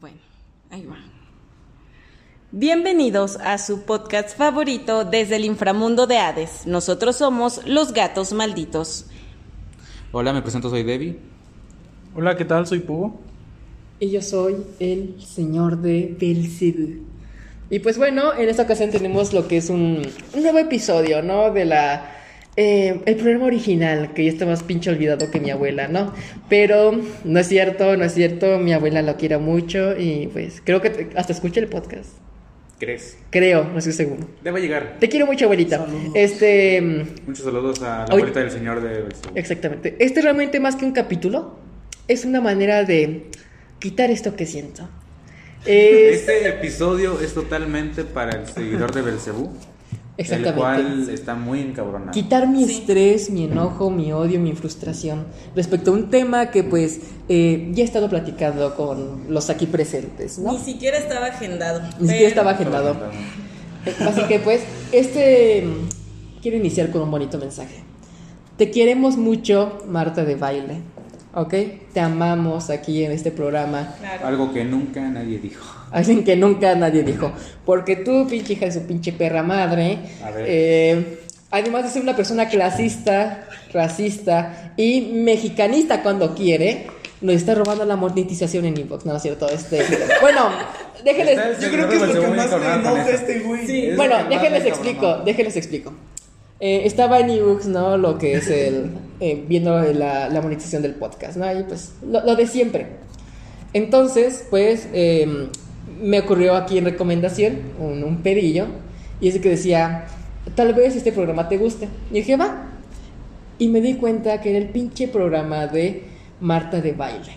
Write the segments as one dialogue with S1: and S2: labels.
S1: Bueno, ahí va.
S2: Bienvenidos a su podcast favorito desde el inframundo de Hades. Nosotros somos los gatos malditos.
S3: Hola, me presento, soy Debbie.
S4: Hola, ¿qué tal? Soy Pugo.
S5: Y yo soy el señor de Belzebú. Y pues bueno, en esta ocasión tenemos lo que es un, un nuevo episodio, ¿no? De la... eh, el programa original, que ya está más pinche olvidado que mi abuela, ¿no? Pero no es cierto, no es cierto, mi abuela lo quiere mucho y pues creo que te- hasta escucha el podcast.
S3: ¿Crees?
S5: Creo, no estoy seguro.
S3: Debe llegar.
S5: Te quiero mucho, abuelita. Este, mm,
S3: Muchos saludos a la
S5: Hoy-
S3: abuelita del señor de Belzebú.
S5: exactamente. Este realmente más que un capítulo, es una manera de quitar esto que siento. Es-
S3: Este episodio es totalmente para el seguidor de Belcebú. El
S5: Exactamente.
S3: cual está muy encabronado.
S5: Quitar mi estrés, mi enojo, mi odio, mi frustración respecto a un tema que pues eh, ya he estado platicando con los aquí presentes, ¿no?
S2: Ni siquiera estaba agendado.
S5: Ni
S2: pero-
S5: siquiera estaba agendado. Así que pues, este mm, quiero iniciar con un bonito mensaje. Te queremos mucho, Marta de baile, ¿ok? Te amamos aquí en este programa.
S2: Claro.
S3: Algo que nunca nadie dijo.
S5: Alguien que nunca nadie dijo. Porque tú, pinche hija de su pinche perra madre,
S3: A ver.
S5: eh, además de ser una persona clasista, racista y mexicanista cuando quiere, nos está robando la monetización en inbox, ¿no es cierto? Este, bueno, déjenles...
S3: Está el
S4: Yo
S3: señor
S4: creo
S3: de
S4: que es lo que
S3: Belcebú
S4: más me
S3: encabronado con
S4: enoja
S3: eso.
S4: este güey.
S3: Es lo
S5: Bueno,
S3: que más
S5: déjenles
S3: me
S5: explico,
S3: encabronó.
S5: déjenles explico. Eh, estaba en ebooks, ¿no? Lo que es el. eh, viendo la, la monetización del podcast, ¿no? Y pues, lo, lo de siempre. Entonces, pues, eh, me ocurrió aquí en recomendación un, un pedillo. Y es que decía: Tal vez este programa te guste. Y dije: Va. Y me di cuenta que era el pinche programa de Marta de Baile.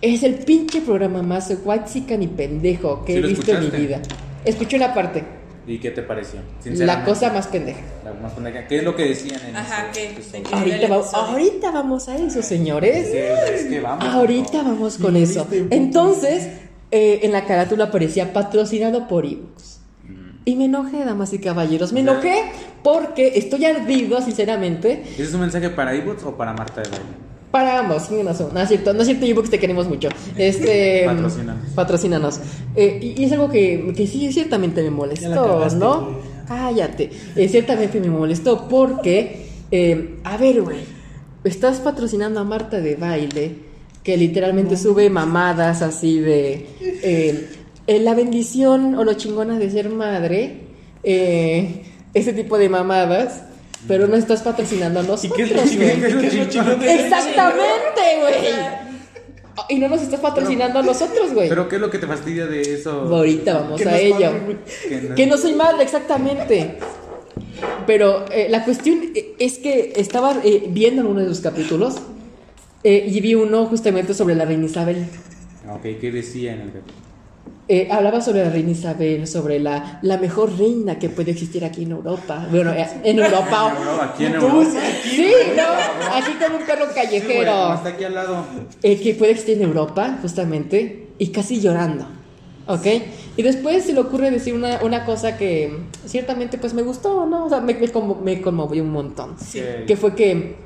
S5: Es el pinche programa más guachican y pendejo que
S3: Sí
S5: he
S3: lo
S5: visto en mi
S3: escuchaste.
S5: vida. Escuché una parte.
S3: ¿Y qué te pareció?
S5: La
S3: Sinceramente.
S5: cosa más pendeja.
S3: La más pendeja. ¿Qué es lo que decían en
S2: Ajá,
S3: ese
S2: ¿qué?
S3: episodio?
S2: ¿De qué?
S5: Ahorita,
S2: el
S5: va-
S2: episodio.
S5: ahorita vamos a eso, señores.
S3: Es que vamos.
S5: Ahorita vamos con eso. Entonces, eh, en la carátula aparecía patrocinado por ebooks. Y me enojé, damas y caballeros. Me
S3: Mm. O sea-
S5: enojé porque estoy ardido, sinceramente.
S3: ¿Ese es un mensaje para Ibots o para Marta de Baile?
S5: Para ambos, sí, no, son- no es cierto, no es cierto, ebooks te queremos mucho. Este,
S3: Patrocínanos.
S5: Patrocínanos. Eh, y, y es algo que, que sí, ciertamente me
S4: Ya la
S5: molestó,
S4: cagaste,
S5: ¿no?
S4: güey, ya.
S5: Cállate. Eh, ciertamente me molestó porque, eh, a ver, güey, estás patrocinando a Marta de baile, que literalmente sube mamadas así de eh, eh, la bendición o lo chingona de ser madre, eh, ese tipo de mamadas, pero no estás patrocinando a
S4: ¿Y
S5: nosotros.
S4: qué es lo
S5: güey.
S4: chingón? ¿Qué es lo chingón? de-
S5: Exactamente, güey. Y no nos estás patrocinando a nosotros, güey.
S3: ¿Pero qué es lo que te fastidia de eso?
S5: Ahorita vamos
S4: Que no
S5: a
S4: es
S5: ello.
S4: madre, güey.
S3: Que no-
S5: Que no soy mal, exactamente. Pero eh, la cuestión eh, es que estaba eh, viendo uno de sus capítulos eh, y vi uno justamente sobre la reina Isabel.
S3: Ok, ¿qué decía en el capítulo?
S5: Eh, hablaba sobre la reina Isabel, sobre la, la mejor reina que puede existir aquí en Europa. Bueno, eh, en Europa.
S3: No, aquí en
S4: Tú,
S3: Europa.
S5: Sí, no, así como un perro
S3: Sí, güey,
S5: callejero.
S3: como Está aquí al lado.
S5: eh, que puede existir en Europa, justamente, y casi llorando, ¿ok? Y después se le ocurre decir una, una cosa que mm, ciertamente pues me gustó, ¿no? O sea, me, me, conmo- me conmovió un montón.
S3: Ok.
S5: Que fue que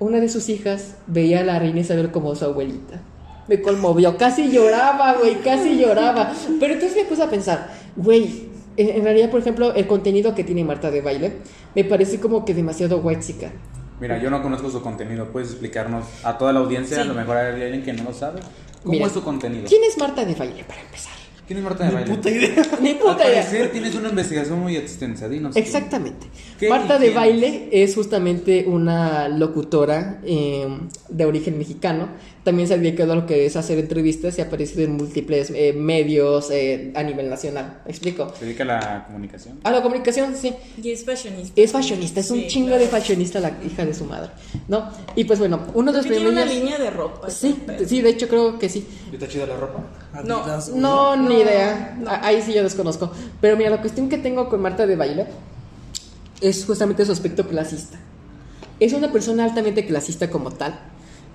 S5: una de sus hijas veía a la reina Isabel como su abuelita. Me conmovió, casi lloraba, güey, casi lloraba. Pero entonces me puse a pensar, güey, en, en realidad, por ejemplo, el contenido que tiene Marta de baile me parece como que demasiado white chica.
S3: Mira, yo no conozco su contenido. ¿Puedes explicarnos a toda la audiencia? A lo mejor hay alguien que no lo sabe. ¿Cómo
S5: Mira.
S3: es su contenido?
S5: ¿Quién es Marta de baile para empezar?
S3: ¿Quién es Marta de Baile?
S4: Puta idea.
S5: Ni
S3: Al
S5: puta idea.
S3: parecer tienes una investigación muy extensa, dinos.
S5: Exactamente.
S3: ¿Qué
S5: Marta de
S3: tienes?
S5: Baile es justamente una locutora eh, de origen mexicano. También se ha dedicado a lo que es hacer entrevistas y ha aparecido en múltiples eh, medios eh, a nivel nacional. ¿Me explico?
S3: Se dedica a la comunicación.
S5: A la comunicación, sí.
S2: Y es fashionista.
S5: Es fashionista, es un
S2: Sí,
S5: chingo
S2: claro.
S5: de fashionista la hija de su madre, ¿no? Y pues bueno, uno de los
S2: Que tiene una
S5: primeros...
S2: línea de ropa.
S5: Sí,
S2: ese pedo.
S5: sí, de hecho creo que sí.
S3: ¿Está chida la ropa?
S2: No,
S4: Adidas, güey.
S5: No,
S2: No,
S5: ni idea.
S2: no.
S5: A- Ahí sí yo desconozco. Pero mira, la cuestión que tengo con Marta de Baile es justamente su aspecto clasista. Es una persona altamente clasista como tal.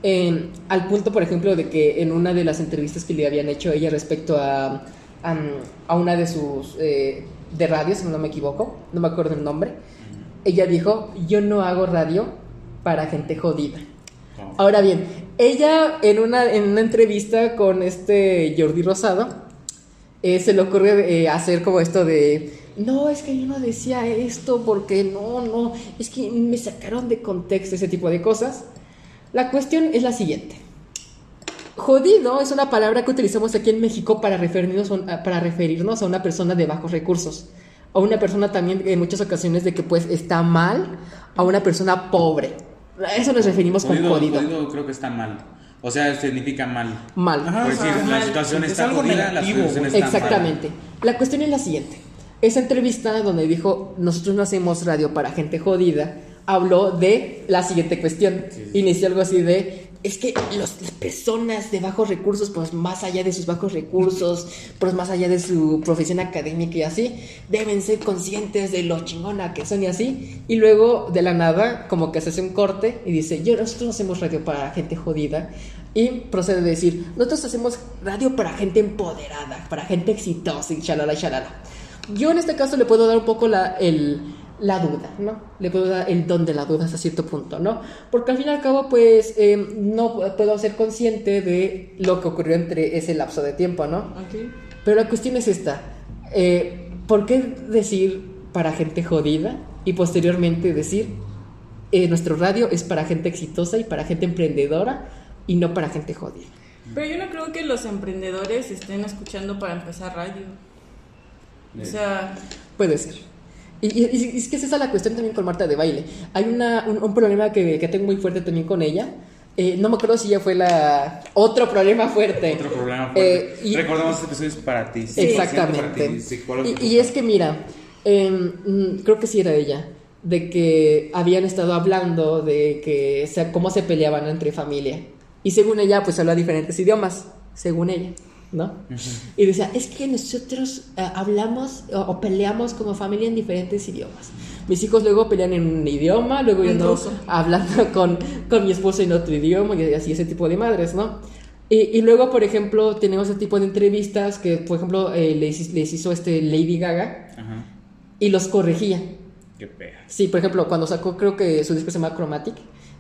S5: en- al punto, por ejemplo, de que en una de las entrevistas que le habían hecho ella respecto a, a, a una de sus... eh, de radio, si no me equivoco, no me acuerdo el nombre, ella dijo, yo no hago radio para gente jodida.
S3: No.
S5: Ahora bien, ella en una, en una entrevista con este Jordi Rosado, eh, se le ocurre eh, hacer como esto de, no, es que yo no decía esto porque no, no, es que me sacaron de contexto ese tipo de cosas. La cuestión es la siguiente. Jodido es una palabra que utilizamos aquí en México para referirnos, a un- a- para referirnos a una persona de bajos recursos, a una persona también en muchas ocasiones de que pues está mal, a una persona pobre. A eso nos referimos
S3: Oh.
S5: con
S6: Jodido,
S5: jodido.
S6: jodido creo que está mal. O sea, significa mal.
S5: Mal.
S7: Ajá,
S3: Pues
S6: Por decir,
S7: está
S6: la
S7: mal.
S6: situación
S7: Es
S6: está
S7: algo
S6: jodida, la
S7: negativo,
S6: situación
S7: güey.
S6: está
S5: Exactamente. La cuestión es la siguiente. Esa entrevista donde dijo, nosotros no hacemos radio para gente jodida, habló de la siguiente cuestión. Inició algo así de, es que los- las personas de bajos recursos, pues más allá de sus bajos recursos, pues más allá de su profesión académica y así, deben ser conscientes de lo chingona que son y así. Y luego de la nada, como que se hace un corte y dice, yo nosotros no hacemos radio para gente jodida. Y procede a decir, nosotros hacemos radio para gente empoderada, para gente exitosa, y shalala, y shalala. Yo en este caso le puedo dar un poco la, el, la duda, ¿no? Le puedo dar el don de la duda hasta cierto punto, ¿no? Porque al fin y al cabo, pues, eh, no puedo ser consciente de lo que ocurrió entre ese lapso de tiempo, ¿no? Pero la cuestión es esta. eh, ¿Por qué decir para gente jodida y posteriormente decir eh, nuestro radio es para gente exitosa y para gente emprendedora y no para gente jodida?
S2: Pero yo no creo que los emprendedores estén escuchando para empezar radio. O sea,
S5: Puede ser. Y, y- y es que es esa la cuestión también con Marta de Baile. Hay una, un, un problema que, que tengo muy fuerte también con ella. Eh, no me acuerdo si ya fue la... Otro problema fuerte.
S6: Otro problema
S5: Eh,
S6: fuerte.
S5: y-
S6: Recordamos este episodio es para ti.
S5: Exactamente. Y, y es que mira, em, mm, creo que sí era ella, de que habían estado hablando de que o sea, cómo se peleaban entre familia. Y según ella, pues habla diferentes idiomas, según ella, ¿no? Y decía, es que nosotros ah, hablamos o, o peleamos como familia en diferentes idiomas. Mis hijos luego pelean en un idioma, luego yo
S2: En
S5: ando
S2: ruso.
S5: hablando con, con mi esposo en otro idioma y así ese tipo de madres, ¿no? Y, y luego, por ejemplo, tenemos ese tipo de entrevistas que, por ejemplo, eh, les, hiz- les hizo este Lady Gaga
S6: Ajá.
S5: y los corregía.
S6: Qué pega.
S5: Sí, por ejemplo, cuando sacó, creo que su disco se llama Chromatic,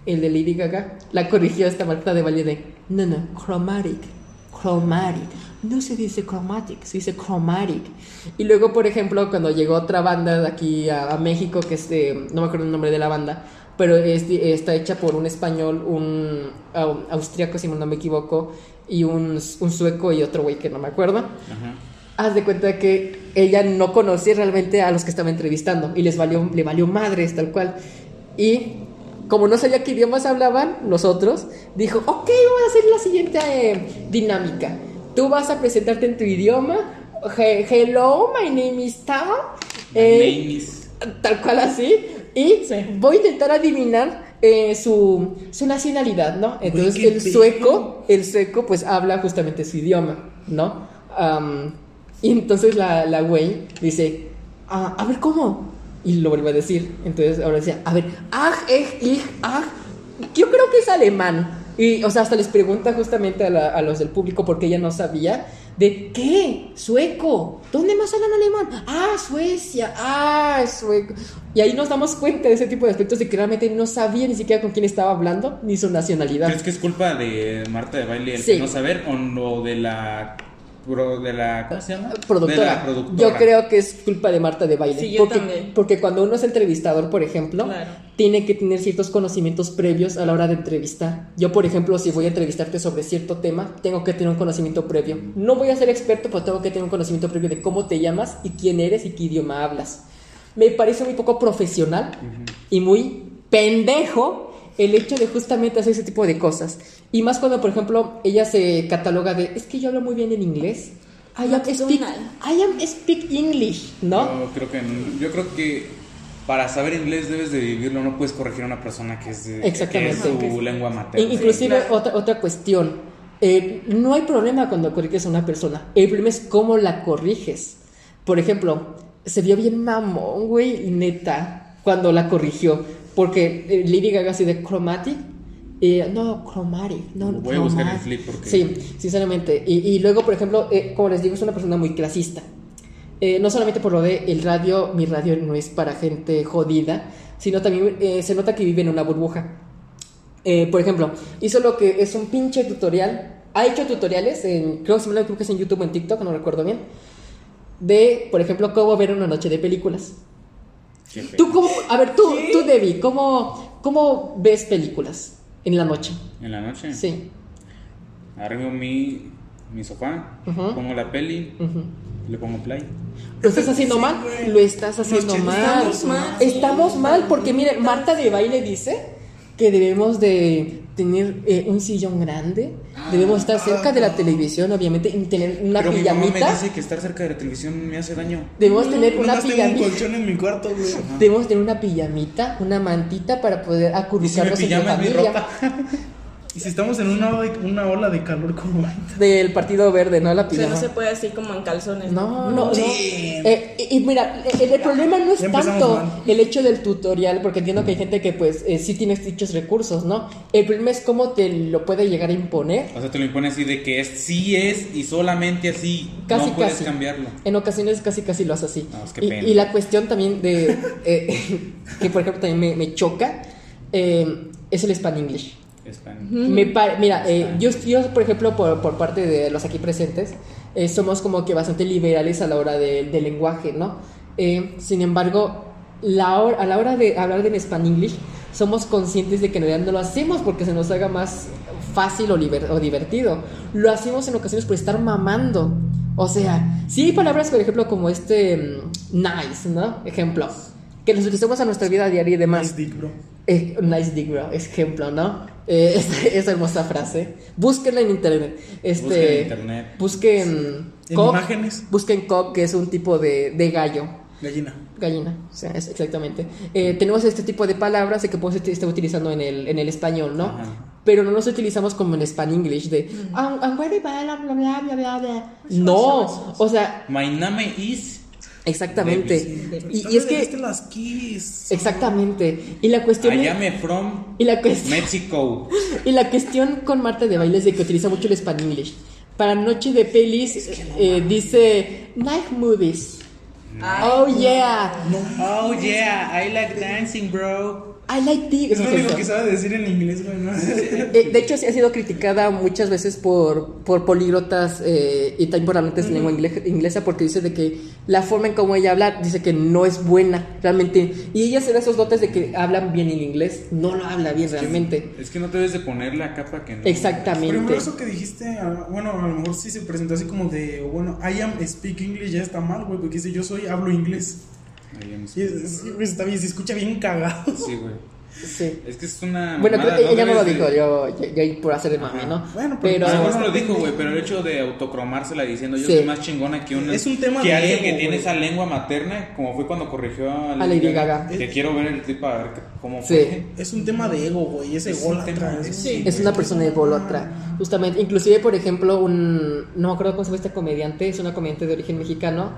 S5: el de Lady Gaga, la corrigió esta Marta de Valle de, no, no, Chromatic, Chromatic, no se dice Chromatic, se dice Chromatic. Y luego, por ejemplo, cuando llegó otra banda de aquí a, a México, que este, no me acuerdo el nombre de la banda, pero es- está hecha por un español, un au- austriaco, si no me equivoco, y un, un sueco y otro güey que no me acuerdo. Haz de cuenta que ella no conocía realmente a los que estaba entrevistando y les valió, le valió madres, tal cual. Y como no sabía qué idiomas hablaban, nosotros, dijo, ok, vamos a hacer la siguiente eh, dinámica. Tú vas a presentarte en tu idioma. He- hello, my name is Tao. Eh,
S6: name is-
S5: tal cual así. Y voy a intentar adivinar eh, su, su nacionalidad, ¿no? Entonces
S7: qué
S5: el
S7: pedo.
S5: sueco, el sueco pues habla justamente su idioma, ¿no? Am, y entonces la, la güey dice, "Ah, a ver cómo. Y lo vuelve a decir. Entonces ahora decía, a ver, aj, ej, ich, aj. Yo creo que es alemán. Y, o sea, hasta les pregunta justamente a, la- a los del público porque ella no sabía de qué, sueco, ¿dónde más hablan alemán? Ah, Suecia, ah, sueco. Y ahí nos damos cuenta de ese tipo de aspectos de que realmente no sabía ni siquiera con quién estaba hablando ni su nacionalidad.
S6: ¿Crees que es culpa de Marta de Baile el
S5: Sí.
S6: no saber o no de la pro- de la ¿cómo se llama?
S5: productora.
S6: De la productora.
S5: Yo creo que es culpa de Marta de Baile.
S2: Sí, yo
S5: porque,
S2: también.
S5: porque cuando uno es entrevistador, por ejemplo,
S2: Claro.
S5: tiene que tener ciertos conocimientos previos a la hora de entrevistar. Yo, por ejemplo, si voy a entrevistarte sobre cierto tema, tengo que tener un conocimiento previo. No voy a ser experto, pero tengo que tener un conocimiento previo de cómo te llamas y quién eres y qué idioma hablas. Me parece muy poco profesional y muy pendejo el hecho de justamente hacer ese tipo de cosas. Y más cuando, por ejemplo, ella se cataloga de, es que yo hablo muy bien en inglés. I am speak,
S2: McDonald.
S5: I am speak English, ¿no?
S6: Yo creo que no. yo creo que para saber inglés debes de vivirlo, no puedes corregir a una persona que es de que
S5: Exactamente.
S6: es su lengua
S3: Ah,
S5: E-
S6: materna.
S5: Inclusive
S2: claro.
S5: otra, otra cuestión, eh, no hay problema cuando corriges a una persona, el problema es cómo la corriges. Por ejemplo, se vio bien mamón, güey, neta, cuando la corrigió, porque eh, Lady Gaga así de chromatic, eh, no, chromatic, no,
S6: Voy a buscar el
S5: chromatic".
S6: clip porque-
S5: Sí, sinceramente. Y, y luego, por ejemplo, eh, como les digo, es una persona muy clasista. Eh, no solamente por lo de el radio, mi radio no es para gente jodida, sino también eh, se nota que vive en una burbuja. eh, por ejemplo, hizo lo que es un pinche tutorial. Ha hecho tutoriales, en, creo, si me lo creo que es en YouTube o en TikTok, no recuerdo bien. De, por ejemplo, cómo ver una noche de películas.
S3: Siempre.
S5: Tú, cómo, a ver, tú, tú Debbie, ¿cómo, ¿cómo ves películas en la noche?
S3: En la
S6: Eh.
S3: noche.
S5: Sí.
S3: Arrimo mi, mi sofá,
S5: Ujú.
S3: pongo la peli,
S5: Ujú.
S3: le pongo play.
S5: ¿Lo estás haciendo mal? Lo estás haciendo mal.
S2: estamos mal, sí.
S5: Estamos mal porque, miren, Marta de Baile dice que debemos de tener eh, un sillón grande, debemos estar cerca de la televisión, obviamente, y tener una
S3: Ah, Pero mi mamá me
S5: pijamita.
S3: dice que pues estar cerca de la televisión me hace daño.
S5: Debemos tener una
S4: Nomás tengo un
S5: pijamita.
S4: colchón en mi cuarto, güey.
S5: Debemos tener una pijamita, una mantita para poder
S3: Y si mi
S5: acurrucarnos en
S3: pijama es mi
S5: familia.
S3: ropa.
S4: Y si estamos en una ola de, una ola de calor como ahorita.
S5: Del partido verde, ¿no? La
S2: O sea,
S5: pijama.
S2: no se puede así como en calzones.
S5: No, no, no.
S4: Sí.
S5: Eh, y y mira, el, el problema no es
S4: Ya empezamos
S5: tanto
S4: mal.
S5: el hecho del tutorial, porque entiendo que hay gente que pues eh, sí tiene dichos recursos, ¿no? El problema es cómo te lo puede llegar a imponer.
S3: O sea, te lo impone así de que es, sí es y solamente así.
S5: Casi,
S3: no puedes
S5: casi.
S3: cambiarlo.
S5: En ocasiones casi casi lo hace así.
S3: No, es que
S5: y,
S3: pena.
S5: y la cuestión también de, eh, que por ejemplo también me, me choca, eh, es el Span English.
S3: Está
S5: Me pa- mira, eh, yo, yo, por ejemplo, por, por parte de los aquí presentes, eh, somos como que bastante liberales a la hora de- del lenguaje, ¿no? Eh, sin embargo, la hor- a la hora de hablar en Span English, somos conscientes de que en realidad no lo hacemos porque se nos haga más fácil o, liber- o divertido. Lo hacemos en ocasiones por estar mamando. O sea, sí hay palabras, por ejemplo, como este mm, nice, ¿no? Ejemplo. Que los utilizamos a nuestra vida diaria y demás.
S4: Nice dick, bro.
S5: Eh, nice dick, bro. Ejemplo, ¿no? Eh, esta- esa hermosa frase. Búsquenla en internet. Este,
S3: Busquen en internet.
S5: Busquen.
S4: En
S5: cock.
S4: imágenes.
S5: Busquen cock, que es un tipo de, de gallo.
S4: Gallina.
S5: Gallina, o sea, es exactamente. Eh, tenemos este tipo de palabras de que podemos est- estar utilizando en el, en el español, ¿no?
S3: Ajá.
S5: Pero no nos utilizamos como en Span English de. "Ah, ah, bueno, bla, bla, bla, bla, bla, bla". No, o sea,
S3: My name is.
S5: exactamente. Y, y es
S4: Dijiste
S5: que.
S4: las keys.
S5: Exactamente. Y la cuestión.
S3: I
S5: es-
S3: am from
S5: Y la cuestión.
S3: Mexico.
S5: Y la cuestión con Marta de baile es de que utiliza mucho el Span English. Para noche de pelis eh, dice night movies. oh yeah,
S3: Oh yeah, I like dancing, bro.
S5: I like the.
S4: Es lo único
S5: Eso.
S4: que sabe decir en inglés, güey. ¿no?
S5: Eh, de hecho, sí ha sido criticada muchas veces por, por políglotas eh, y también por hablantes de lengua ingle- inglesa porque dice de que la forma en cómo ella habla dice que no es buena realmente. Y ella se da esos dotes de que hablan bien el inglés, no lo habla bien realmente.
S3: Es que no te debes de poner la capa que no.
S4: Por
S5: Exactamente.
S4: ejemplo, eso que dijiste, ah, bueno, a lo mejor sí se presentó así como de, bueno, I am speak English ya está mal, güey, porque dice yo soy, hablo inglés.
S3: I am-
S4: Y es- es- sí, güey, está bien, se escucha bien cagado.
S3: Sí, güey.
S5: Sí.
S3: Es que es una.
S5: Bueno,
S3: mamada,
S5: creo que ella no lo
S3: debes de-
S5: dijo, yo, yo, yo por hacer de mame, ¿no?
S4: Bueno, pero-
S5: pero,
S3: Ah, bueno,
S4: está
S3: lo dijo, güey,
S4: pendejo.
S3: pero el hecho de autocromársela diciendo yo
S5: Sí.
S3: soy más chingona que una.
S4: Es un tema
S3: que
S4: de
S3: alguien
S4: ego,
S3: que tiene
S4: güey.
S3: esa lengua materna, como fue cuando corrigió a
S5: A Lady Gaga.
S3: Que quiero ver el clip para ver cómo
S5: Sí.
S3: fue.
S4: Es un tema de ego, güey, ese
S3: Es un
S4: gol
S3: tema
S4: atrás.
S3: de-
S2: Sí.
S5: es una persona ególatra, justamente. Inclusive, por ejemplo, un... No me acuerdo cómo se llama este comediante, es una comediante de origen mexicano,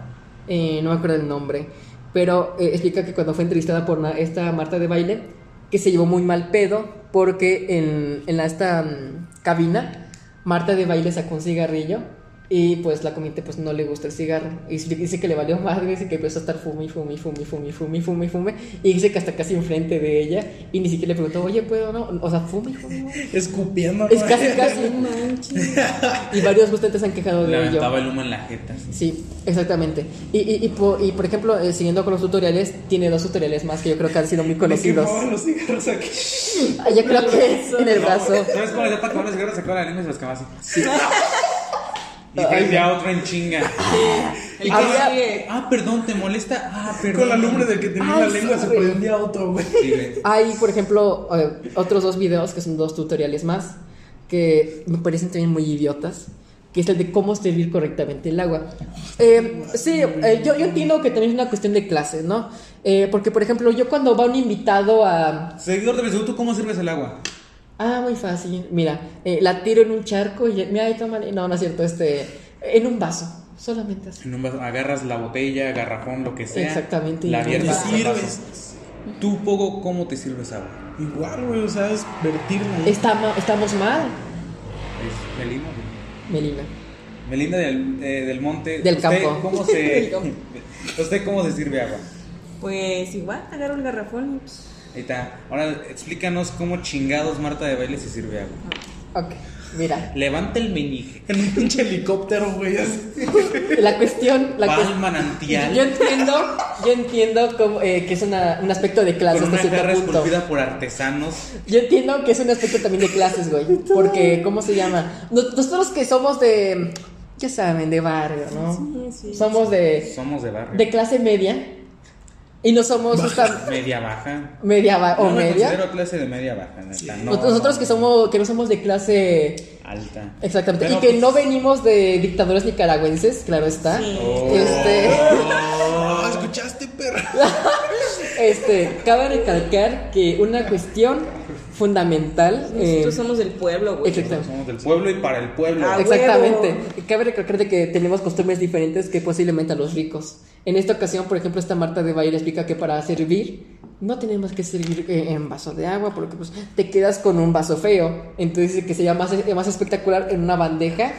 S5: eh, no me acuerdo el nombre, pero eh, explica que cuando fue entrevistada por na- esta Marta de Baile, que se llevó muy mal pedo porque en, en la, esta mm, cabina Marta de Baile sacó un cigarrillo y pues la comediante pues no le gusta el cigarro y dice- dice que le valió madre, dice que empezó a estar fume, y fume, y fume, y fume, y fume, y fume, y fume y dice que hasta casi enfrente de ella y ni siquiera le preguntó, oye, ¿puedo o no? O sea, fume, y fume, y fume.
S4: Escupiendo.
S5: Es
S4: güey.
S5: casi, casi. Y varios ustedes se han quejado
S3: Le
S5: de ello.
S3: aventaba el humo en la jeta. así.
S5: Sí, exactamente. Y, y, y por, y, por ejemplo, eh, siguiendo con los tutoriales, tiene dos tutoriales más que yo creo que han sido muy
S4: Le
S5: conocidos.
S4: quemaban los cigarros aquí.
S5: Ah, yo creo que en el brazo.
S3: ¿Sabes cuál es para que las guerras se acaba la lengua y se las quema así? Y prende a otro en chinga.
S2: El que
S5: Había-
S2: sigue.
S3: Ah, perdón, ¿te molesta? Ah, perdón.
S4: Con la lumbre del que tenía
S5: Ay,
S4: la lengua se
S5: sorry.
S4: prendía otro, güey.
S3: Sí, güey.
S5: Hay, por ejemplo, eh, otros dos videos que son dos tutoriales más que me parecen también muy idiotas, que es el de cómo servir correctamente el agua. Eh, sí, eh, yo, yo entiendo que también es una cuestión de clase, ¿no? Eh, porque, por ejemplo, yo cuando va un invitado a,
S3: Seguidor de Besuto, ¿cómo sirves el agua?
S5: Ah, muy fácil. Mira, eh, la tiro en un charco y mira, ahí toma. No, no es cierto, este. En un vaso. Solamente así.
S3: En un vaso, agarras la botella, garrafón, lo que sea.
S5: Exactamente, y
S3: La
S5: te
S3: abiertas. y la
S4: sirves.
S3: pasas. Tú, Pogo, ¿cómo te sirves agua?
S4: Igual, güey, o sea, es vertirla. güey.
S5: Está ma- estamos mal,
S3: Es Melinda. güey.
S5: Melina.
S3: Melinda del, eh, del Monte.
S5: Del
S3: ¿usted
S5: campo.
S3: ¿Cómo se,
S2: Del campo.
S3: ¿Usted cómo se sirve agua?
S2: Pues igual, agarro el garrafón y pues,
S3: Ahí está. Ahora explícanos cómo chingados Marta de baile se sirve agua.
S5: Ah. Ok, mira.
S3: Levanta el meñique.
S4: En un pinche helicóptero, güey. así.
S5: La cuestión. La
S3: va
S5: cues-
S3: al manantial.
S5: Yo entiendo, yo entiendo cómo, eh, que es una- un aspecto de clase
S3: con
S5: hasta
S3: una jarra
S5: cierto punto.
S3: esculpida por artesanos.
S5: Yo entiendo que es un aspecto también de clases, güey. Porque, ¿cómo se llama? Nos- Nosotros que somos de. Ya saben, de barrio, ¿no?
S2: Sí, sí,
S5: Somos de,
S3: Somos de barrio.
S5: de clase media. Y no somos justa-
S3: Media baja.
S5: media ba-
S3: Yo
S5: o
S3: me
S5: media.
S3: considero clase de media baja, neta. No,
S5: Nosotros que somos, que no somos de clase.
S3: Alta.
S5: Exactamente.
S3: Pero,
S5: y que
S3: pues,
S5: no venimos de dictadores nicaragüenses, claro está. Este.
S4: Ah, ¿Escuchaste, perra?
S5: Este, cabe recalcar que una cuestión fundamental.
S2: Nosotros
S5: eh,
S2: somos del pueblo, güey.
S5: exactamente.
S3: Somos del pueblo y para el pueblo.
S2: Ah,
S5: Exactamente.
S2: huevo.
S5: Cabe recalcar de que tenemos costumbres diferentes que posiblemente a los ricos. En esta ocasión, por ejemplo, esta Marta de Baile explica que para servir no tenemos que servir eh, en vaso de agua porque pues, te quedas con un vaso feo. Entonces dice que sería más, eh, más espectacular en una bandeja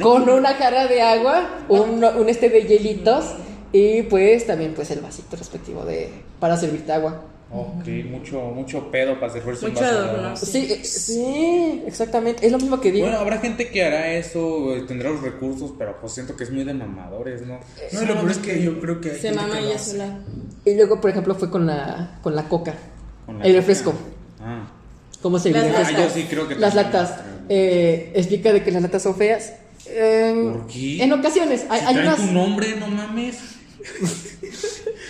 S5: con una jarra de agua, un, un este de hielitos y pues también pues el vasito respectivo de para servirte agua.
S3: Ok, mucho, mucho pedo para servirse un
S2: Mucho
S3: vaso de agua.
S2: adorno.
S5: Sí, eh, sí, exactamente. Es lo mismo que digo.
S3: Bueno, habrá gente que hará eso, eh, tendrá los recursos, pero pues siento que es muy de mamadores, ¿no?
S4: No, y lo peor es que yo creo que. hay
S2: Se
S4: gente
S2: mama
S4: que lo
S2: ella
S4: hace.
S2: sola.
S5: Y luego, por ejemplo, fue con la, con la coca.
S3: Con la
S5: el
S3: coca.
S5: refresco.
S3: Ah.
S5: ¿Cómo se
S2: Las
S5: viene?
S2: latas.
S3: Ah, yo sí creo que
S5: Las
S3: también.
S5: latas. Eh, explica de que las latas son feas. En-
S3: ¿Por qué?
S5: En ocasiones. Hay,
S3: Si
S5: hay
S3: traen
S5: unas.
S3: tu nombre, no mames.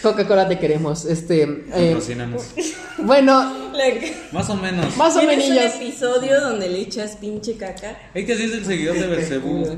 S5: Coca-Cola te queremos. Este. eh,
S3: Patrocínanos.
S5: bueno,
S3: Más o menos.
S5: más o
S2: ¿Tienes un
S5: menos.
S2: episodio donde le echas pinche caca?
S3: Es que así Este es el seguidor
S5: Este,
S3: de Belcebú.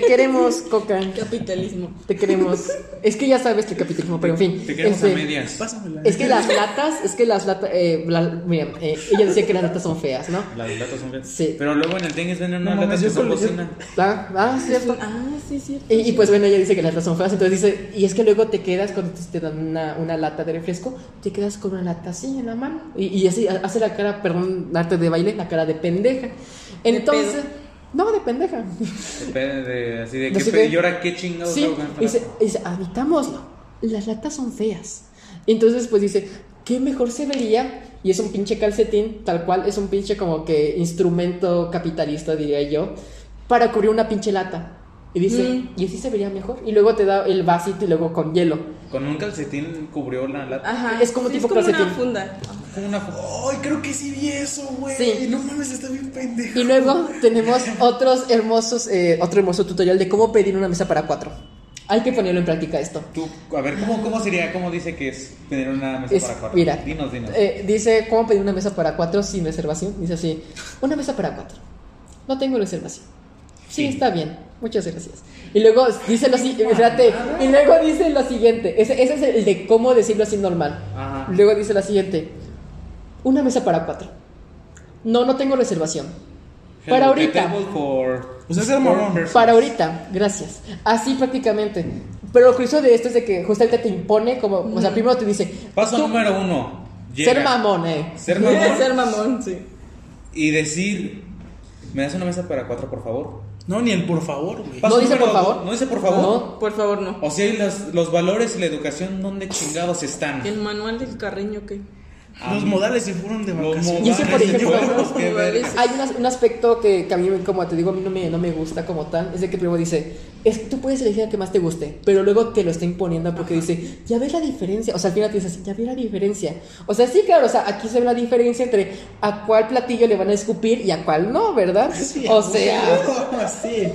S5: queremos, Coca.
S2: Capitalismo.
S5: Te queremos. Es que ya sabes que capitalismo, pero en fin.
S3: Te queremos
S5: Este,
S3: a medias.
S4: Pásamela. ¿eh?
S5: Es que las latas, es que las latas, eh, la- mira, eh, ella decía que las latas son feas, ¿no?
S3: Las latas son bien.
S5: Sí.
S3: Pero luego en el tenis venden unas
S4: No
S3: latas
S4: mames, yo
S3: que son
S4: con- yo-
S3: bocina.
S5: Ah, ah, cierto.
S2: Ah, sí, es cierto.
S5: Y, y pues bueno, ella dice que las latas son feas, entonces dice, y es que luego te quedas cuando te- te dan una, una lata de refresco, te quedas con una lata así en la mano. Y, y así ha- hace la cara, perdón, arte de baile, la cara de pendeja. Entonces,
S2: pedo.
S5: no, de pendeja.
S3: Depende de, así de
S5: No
S3: qué
S5: sé
S3: pedo.
S5: qué.
S3: ¿Y ahora qué chingados
S5: Sí,
S3: hago con esta
S5: y dice,
S3: lata?
S5: y dice, admitámoslo, las latas son feas. Entonces, pues dice, ¿qué mejor se vería? Y es un pinche calcetín, tal cual, es un pinche como que instrumento capitalista, diría yo, para cubrir una pinche lata. Y dice,
S2: Mm.
S5: y así se vería mejor. Y luego te da el vasito y luego con hielo.
S3: Con un calcetín cubrió la lata.
S2: Ajá.
S5: Es como
S2: Sí,
S5: tipo
S2: es como
S5: calcetín.
S2: una funda.
S3: Como una fo-
S4: Ay, creo que sí vi eso, güey.
S5: Sí.
S4: No mames, está bien pendejo.
S5: Y luego tenemos otros hermosos, eh, otro hermoso tutorial de cómo pedir una mesa para cuatro. Hay que ponerlo en práctica esto.
S3: Tú, a ver, ¿cómo, ¿cómo sería? ¿Cómo dice que es tener una mesa
S5: Es-
S3: para cuatro?
S5: mira,
S3: Dinos, dinos.
S5: eh, dice, ¿cómo pedir una mesa para cuatro sin reservación? Dice así, una mesa para cuatro. No tengo reservación. Sí,
S3: Sí.
S5: está bien. Muchas gracias. Y luego dice lo si- espérate,
S3: Ah.
S5: y luego dice lo siguiente. Ese, ese es el de cómo decirlo así normal.
S3: Ajá.
S5: Luego dice la siguiente. Una mesa para cuatro. No, no tengo reservación.
S3: Hello,
S5: para
S3: the
S5: ahorita.
S3: table for-
S4: O sea, Pues es el mamón.
S5: Para ahorita, gracias. Así prácticamente. Pero lo curioso de esto es de que justamente te impone como, o sea, primero te dice,
S3: Mm. Paso
S5: tú,
S3: número uno. Llega.
S5: ser mamón, eh.
S3: Ser
S2: Debe
S3: mamón.
S2: ser mamón, sí.
S3: Y decir, ¿me das una mesa para cuatro, por favor?
S4: No, ni el por favor, güey.
S3: Paso
S5: ¿No dice
S3: número
S5: por
S3: dos.
S5: favor?
S3: ¿No dice por favor?
S5: No.
S2: Por favor, no.
S3: O sea, ¿y las- los valores y la educación, ¿dónde chingados están?
S2: El manual del carreño que.
S4: Los modales se fueron de
S3: Los
S4: vacaciones.
S5: Y ese, por
S3: modales,
S5: ejemplo,
S3: tenemos que ver.
S2: modales.
S5: Hay unas- un aspecto que, que a mí, como te digo, a mí no me, no me gusta como tal. Es de que primero dice, es que tú puedes elegir el que más te guste, pero luego te lo está imponiendo porque dice, ya ves la diferencia. O sea, al final te dice así, ya ves la diferencia. O sea, sí, claro, o sea, aquí se ve la diferencia entre a cuál platillo le van a escupir y a cuál no, ¿verdad? o sea.
S4: sí.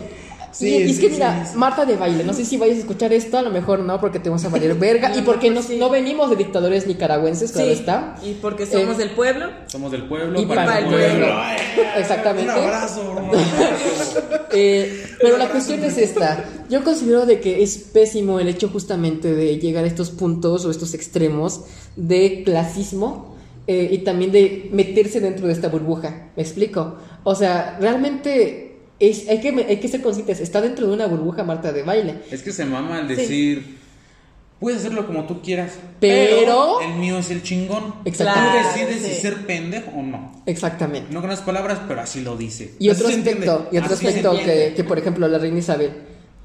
S5: y- y es que mira, Marta de baile, no sé si vayas a escuchar esto, a lo mejor no, porque te vamos a valer verga
S2: No,
S5: y porque
S2: mejor
S5: no,
S2: sí.
S5: no venimos de dictadores nicaragüenses, claro
S2: sí.
S5: está.
S2: Y porque somos
S5: Eh,
S2: del pueblo.
S3: Somos del pueblo,
S5: Y
S3: para el pueblo.
S5: Exactamente.
S4: Un abrazo, hermano.
S5: Eh, pero la cuestión es esta. Yo considero de que es pésimo el hecho justamente de llegar a estos puntos o estos extremos de clasismo eh, y también de meterse dentro de esta burbuja. ¿Me explico? O sea, realmente es, hay, que, hay que ser conscientes. Está dentro de una burbuja Marta de baile.
S3: Es que se mama al decir, puedes hacerlo como tú quieras,
S5: Pero-
S3: el mío es el chingón.
S5: Exactamente.
S3: Tú decides
S2: Claro, sí.
S3: si ser pendejo o no.
S5: Exactamente.
S3: No con las palabras, pero así lo dice.
S5: Y
S3: Así
S5: otro
S3: se entiende.
S5: aspecto, y otro
S3: Así se
S5: aspecto que,
S3: entiende.
S5: que, por ejemplo, la reina Isabel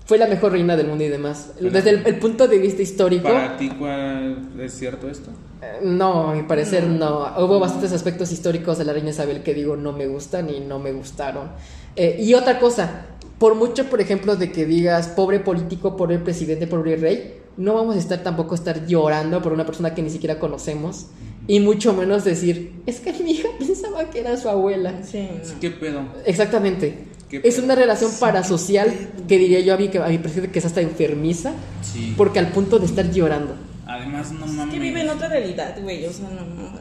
S5: fue la mejor reina del mundo y demás. Desde el, el punto de vista histórico,
S3: ¿Para ti cuál es cierto esto?
S5: eh, no, a mi parecer no. Hubo bastantes aspectos históricos de la reina Isabel que digo no me gustan y no me gustaron. Eh, y otra cosa, por mucho, por ejemplo, de que digas pobre político, pobre presidente, pobre rey, no vamos a estar tampoco a estar llorando por una persona que ni siquiera conocemos. Y mucho menos decir, es que mi hija pensaba que era su abuela.
S2: Sí, no.
S3: Sí, ¿Qué pedo?
S5: Exactamente.
S3: Qué
S5: Es
S3: pedo.
S5: una relación parasocial que diría yo a mí, que a mi parecer que es hasta enfermiza,
S3: Sí.
S5: porque al punto de estar llorando.
S3: Además, no
S2: Es
S3: mames.
S2: que vive en otra realidad, güey. O sea, no, no, no.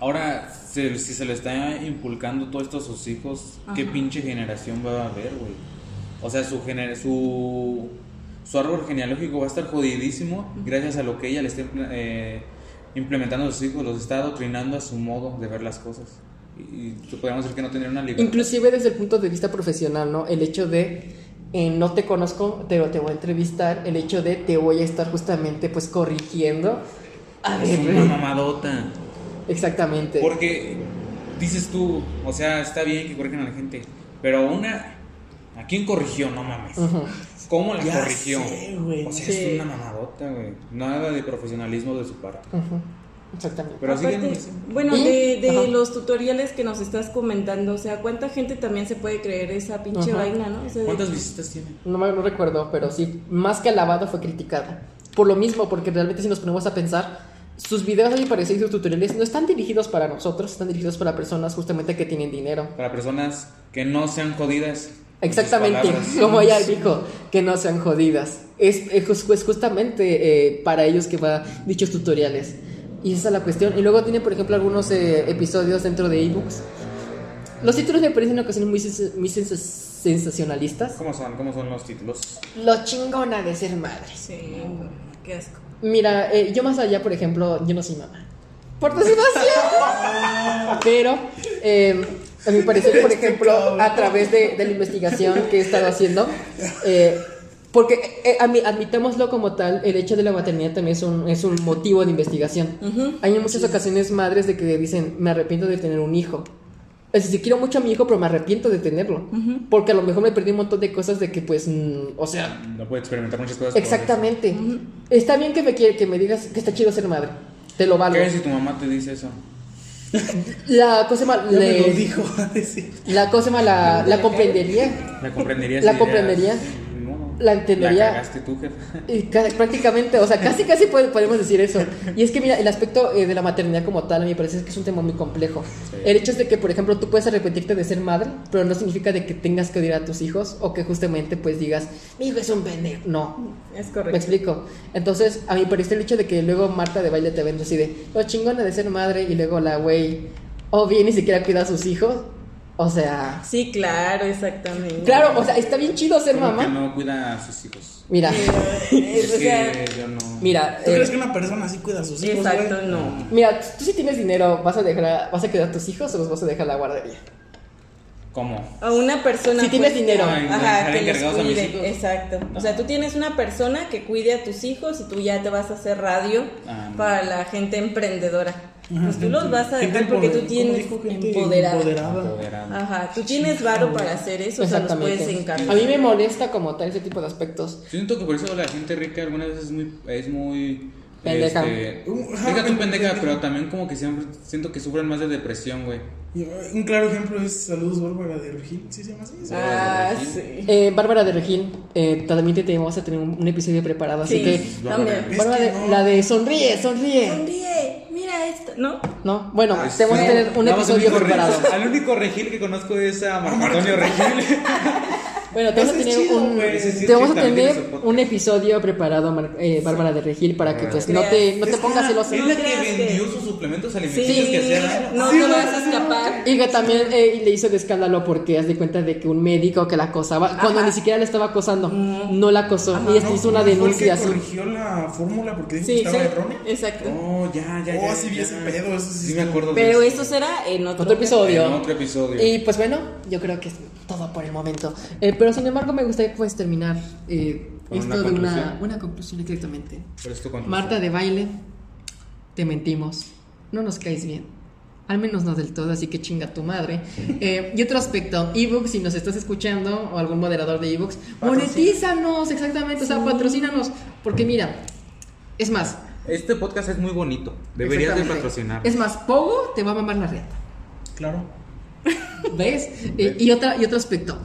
S3: Ahora, se- si se le está inculcando todo esto a sus hijos, ¿qué pinche generación va a haber, güey? O sea, su, gener- su, su árbol genealógico va a estar jodidísimo gracias a lo que ella le está impl- eh, implementando a sus hijos, los está adoctrinando a su modo de ver las cosas. Y, y podríamos decir que no tener una libertad.
S5: Inclusive desde el punto de vista profesional, ¿no? El hecho de eh, no te conozco, te, te voy a entrevistar, el hecho de te voy a estar justamente pues corrigiendo. A
S3: es
S5: ver,
S3: una mamadota.
S5: exactamente.
S3: Porque dices tú, o sea, está bien que corrijan a la gente, pero una, ¿a quién corrigió? No mames.
S5: Ujú.
S3: ¿Cómo la
S4: Ya
S3: corrigió?
S4: sé, güey,
S3: o sea,
S2: sí.
S3: es una mamadota, güey. Nada de profesionalismo de su parte.
S5: Ujú. Exactamente.
S3: Pero así
S2: Aparte, bueno,
S5: ¿Y?
S2: de, de
S5: Ajá.
S2: los tutoriales que nos estás comentando, o sea, ¿cuánta gente también se puede creer esa pinche
S5: Ajá.
S2: vaina, no? O sea, de-
S3: ¿Cuántas visitas tiene?
S5: No, me- no recuerdo, pero sí, más que alabado fue criticada. Por lo mismo, porque realmente si nos ponemos a pensar, sus videos a mi parecer y sus tutoriales no están dirigidos para nosotros, están dirigidos para personas justamente que tienen dinero.
S3: Para personas que no sean jodidas. con sus
S5: Exactamente,
S3: palabras.
S5: como ella dijo, que no sean jodidas. Es, es, jus- es justamente eh, para ellos que va dichos tutoriales. Y esa es la cuestión. Y luego tiene, por ejemplo, algunos eh, episodios dentro de ebooks. Los títulos me parecen en ocasiones muy, sens- muy sens- sensacionalistas.
S3: ¿Cómo son? ¿Cómo son los títulos?
S5: Lo chingona de ser madres.
S2: Sí, güey, qué asco.
S5: Mira, eh, yo más allá, por ejemplo, yo no soy mamá. Por designación. Pero, eh, a mi parecer, por ejemplo, a través de, de la investigación que he estado haciendo, eh, porque eh, admi- admitámoslo como tal, el hecho de la maternidad también es un, es un motivo de investigación. Hay en muchas ocasiones madres de que dicen, me arrepiento de tener un hijo. Es decir, quiero mucho a mi hijo, pero me arrepiento de tenerlo. Porque a lo mejor me perdí un montón de cosas de que, pues, mm, o sea,
S3: No puede experimentar muchas cosas. por eso.
S5: Exactamente. Está bien que me quiere, que me digas que está chido ser madre. Te lo
S3: ¿Qué
S5: valgo.
S3: haces si tu mamá te dice eso?
S5: La cosa ma-
S4: Ya me
S5: le-
S4: lo dijo a decir.
S5: la cosa ma- la, la comprendería.
S3: ¿La comprenderías?
S5: La
S3: y dirías,
S5: comprendería.
S3: "No,
S5: La entendería".
S3: La cagaste tú, jefa.
S5: Y ca- prácticamente, o sea, casi casi puede- podemos decir eso. Y es que mira, el aspecto eh, de la maternidad como tal, a mí me parece que es un tema muy complejo. El hecho es de que, por ejemplo, tú puedes arrepentirte de ser madre, pero no significa de que tengas que odiar a tus hijos o que justamente pues digas, mi hijo es un pendejo. No,
S2: Es
S5: Me
S2: correcto.
S5: explico. Entonces, a mi parecer el hecho de que luego Marta de baile te vende así de lo chingona de ser madre y luego la güey o bien ni siquiera cuida a sus hijos. O sea,
S2: Sí, claro, exactamente.
S5: claro, o sea, está bien chido ser
S3: Como que
S5: mamá.
S3: no cuida a sus hijos.
S5: Mira,
S2: Es- o
S3: Es
S2: sea,
S3: que pues, yo no.
S5: mira,
S4: ¿Tú
S5: eh,
S4: crees que una persona así cuida a sus hijos? güey?
S2: exacto, no.
S5: mira, tú si tienes dinero, vas a dejar, a- vas a cuidar a tus hijos o los vas a dejar a la guardería.
S3: ¿Cómo?
S2: A una persona. pues,
S5: Si tienes dinero.
S2: Ajá,
S3: Ay, dejar
S2: que los
S3: encargados a mis
S2: cuide,
S3: hijos.
S2: Exacto. O sea, tú tienes una persona que cuide a tus hijos y tú ya te vas a hacer radio
S3: Ah, no.
S2: para la gente emprendedora.
S4: Ajá,
S2: Pues tú los
S4: gente-
S2: vas a
S4: gente
S2: dejar porque
S4: empoder-
S2: tú
S4: ¿cómo
S2: tienes
S4: dijo? Gente
S2: empoderada.
S4: empoderada.
S3: Empoderada.
S5: Ah.
S2: Ajá, tú tienes varo para hacer eso, o sea, los puedes
S5: Exactamente.
S2: encargar.
S5: A mí me molesta como tal ese tipo de aspectos.
S3: Yo siento que por eso la gente rica algunas veces es muy. Es muy
S5: Pendeja.
S3: este,
S4: Uh, ajá,
S3: deja tu pendeja,
S4: pendeja.
S3: pero también como que siempre siento que sufren más de depresión, güey.
S4: Y, eh, Un claro ejemplo es Saludos Bárbara de Regil, ¿sí se llama así?
S2: Ah, sí.
S5: Eh, Bárbara de Regín, eh, también te, te vamos a tener un, un episodio preparado, así
S2: Sí,
S5: que
S2: también.
S4: Es
S5: Bárbara
S4: que
S5: de-
S4: no.
S5: la de sonríe, sonríe.
S2: Sonríe, mira esto, ¿no?
S5: No, bueno,
S3: Ah,
S5: te vamos a
S3: sí.
S5: tener un
S3: Nada más
S5: episodio
S3: único re-
S5: preparado.
S3: Al único regil que conozco es a Marco Antonio Regil.
S5: Bueno, te vamos a
S4: Ese es
S5: tener
S4: chido,
S5: un,
S4: güey.
S3: Ese sí
S5: te vamos a
S3: también tiene
S5: tener
S3: su podcast.
S5: un episodio preparado, Mar- eh, Bárbara de Regil, para que pues no te, no te pongas celoso.
S3: Es la que
S2: creas que-
S3: vendió sus suplementos alimenticios
S2: Sí,
S3: que hacía.
S2: no te vas a escapar.
S5: Y que también eh, le hizo el escándalo porque haz de cuenta de que un médico que la acosaba, cuando ni siquiera la estaba acosando, no la acosó y este
S4: No,
S5: hizo una
S4: fue el que
S5: denuncia así.
S4: corrigió la fórmula porque dijo
S2: Sí,
S4: que estaba
S2: sí,
S4: errónea.
S2: exacto.
S3: Oh, ya, ya,
S4: Oh,
S3: ya.
S4: sí vi
S3: ya.
S4: ese pedo, eso sí
S3: Sí, me
S4: estuvo-
S3: acuerdo. de
S2: Pero
S3: eso.
S2: eso será en otro,
S5: Otro episodio.
S3: En otro episodio.
S5: Y pues bueno, yo creo que es todo por el momento. Eh, pero sin embargo, me gustaría pues terminar eh,
S3: Con una
S5: esto de una,
S3: conclusión.
S5: una conclusión exactamente.
S3: Pero es tu conclusión.
S5: Marta de baile, te mentimos, no nos caes bien. Al menos no del todo, así que chinga tu madre. Eh, y otro aspecto, ebooks, si nos estás escuchando, o algún moderador de ebooks, monetízanos, exactamente, o sea, patrocínanos. Porque mira, es más,
S3: Este podcast es muy bonito. Deberías de
S5: exactamente,
S3: patrocinar.
S5: Es más, Pogo te va a mamar la riata.
S4: Claro.
S5: ¿Ves? Eh, y, otra, y otro aspecto.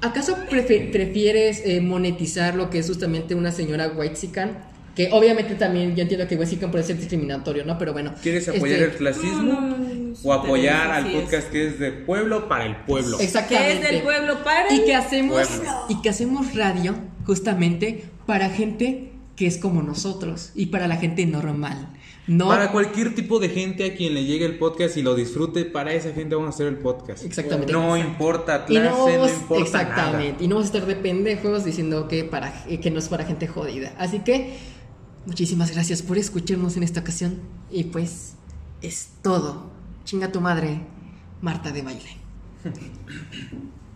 S5: ¿Acaso prefe- prefieres eh, monetizar lo que es justamente una señora whitezican? Que obviamente también yo entiendo que whitezican puede ser discriminatorio, ¿no? Pero bueno.
S3: ¿Quieres apoyar
S5: este,
S3: el clasismo?
S2: No, no, no, no,
S3: o apoyar
S2: sí,
S3: al
S2: sí
S3: podcast que es de pueblo para el pueblo.
S2: Que
S5: Exactamente.
S2: es del pueblo para
S5: Y
S2: el
S5: que hacemos
S3: Pueblo.
S5: y que hacemos radio justamente para gente que es como nosotros y para la gente normal. No
S3: Para cualquier tipo de gente a quien le llegue el podcast y lo disfrute, para esa gente vamos a hacer el podcast.
S5: Exactamente.
S3: No importa
S5: Y no,
S3: clase, no,
S5: vamos-
S3: importa
S5: exactamente, y no vamos a estar de pendejos diciendo que, para, que no es para gente jodida. Así que muchísimas gracias por escucharnos en esta ocasión. Y pues es todo. Chinga tu madre, Marta de baile.
S3: nada.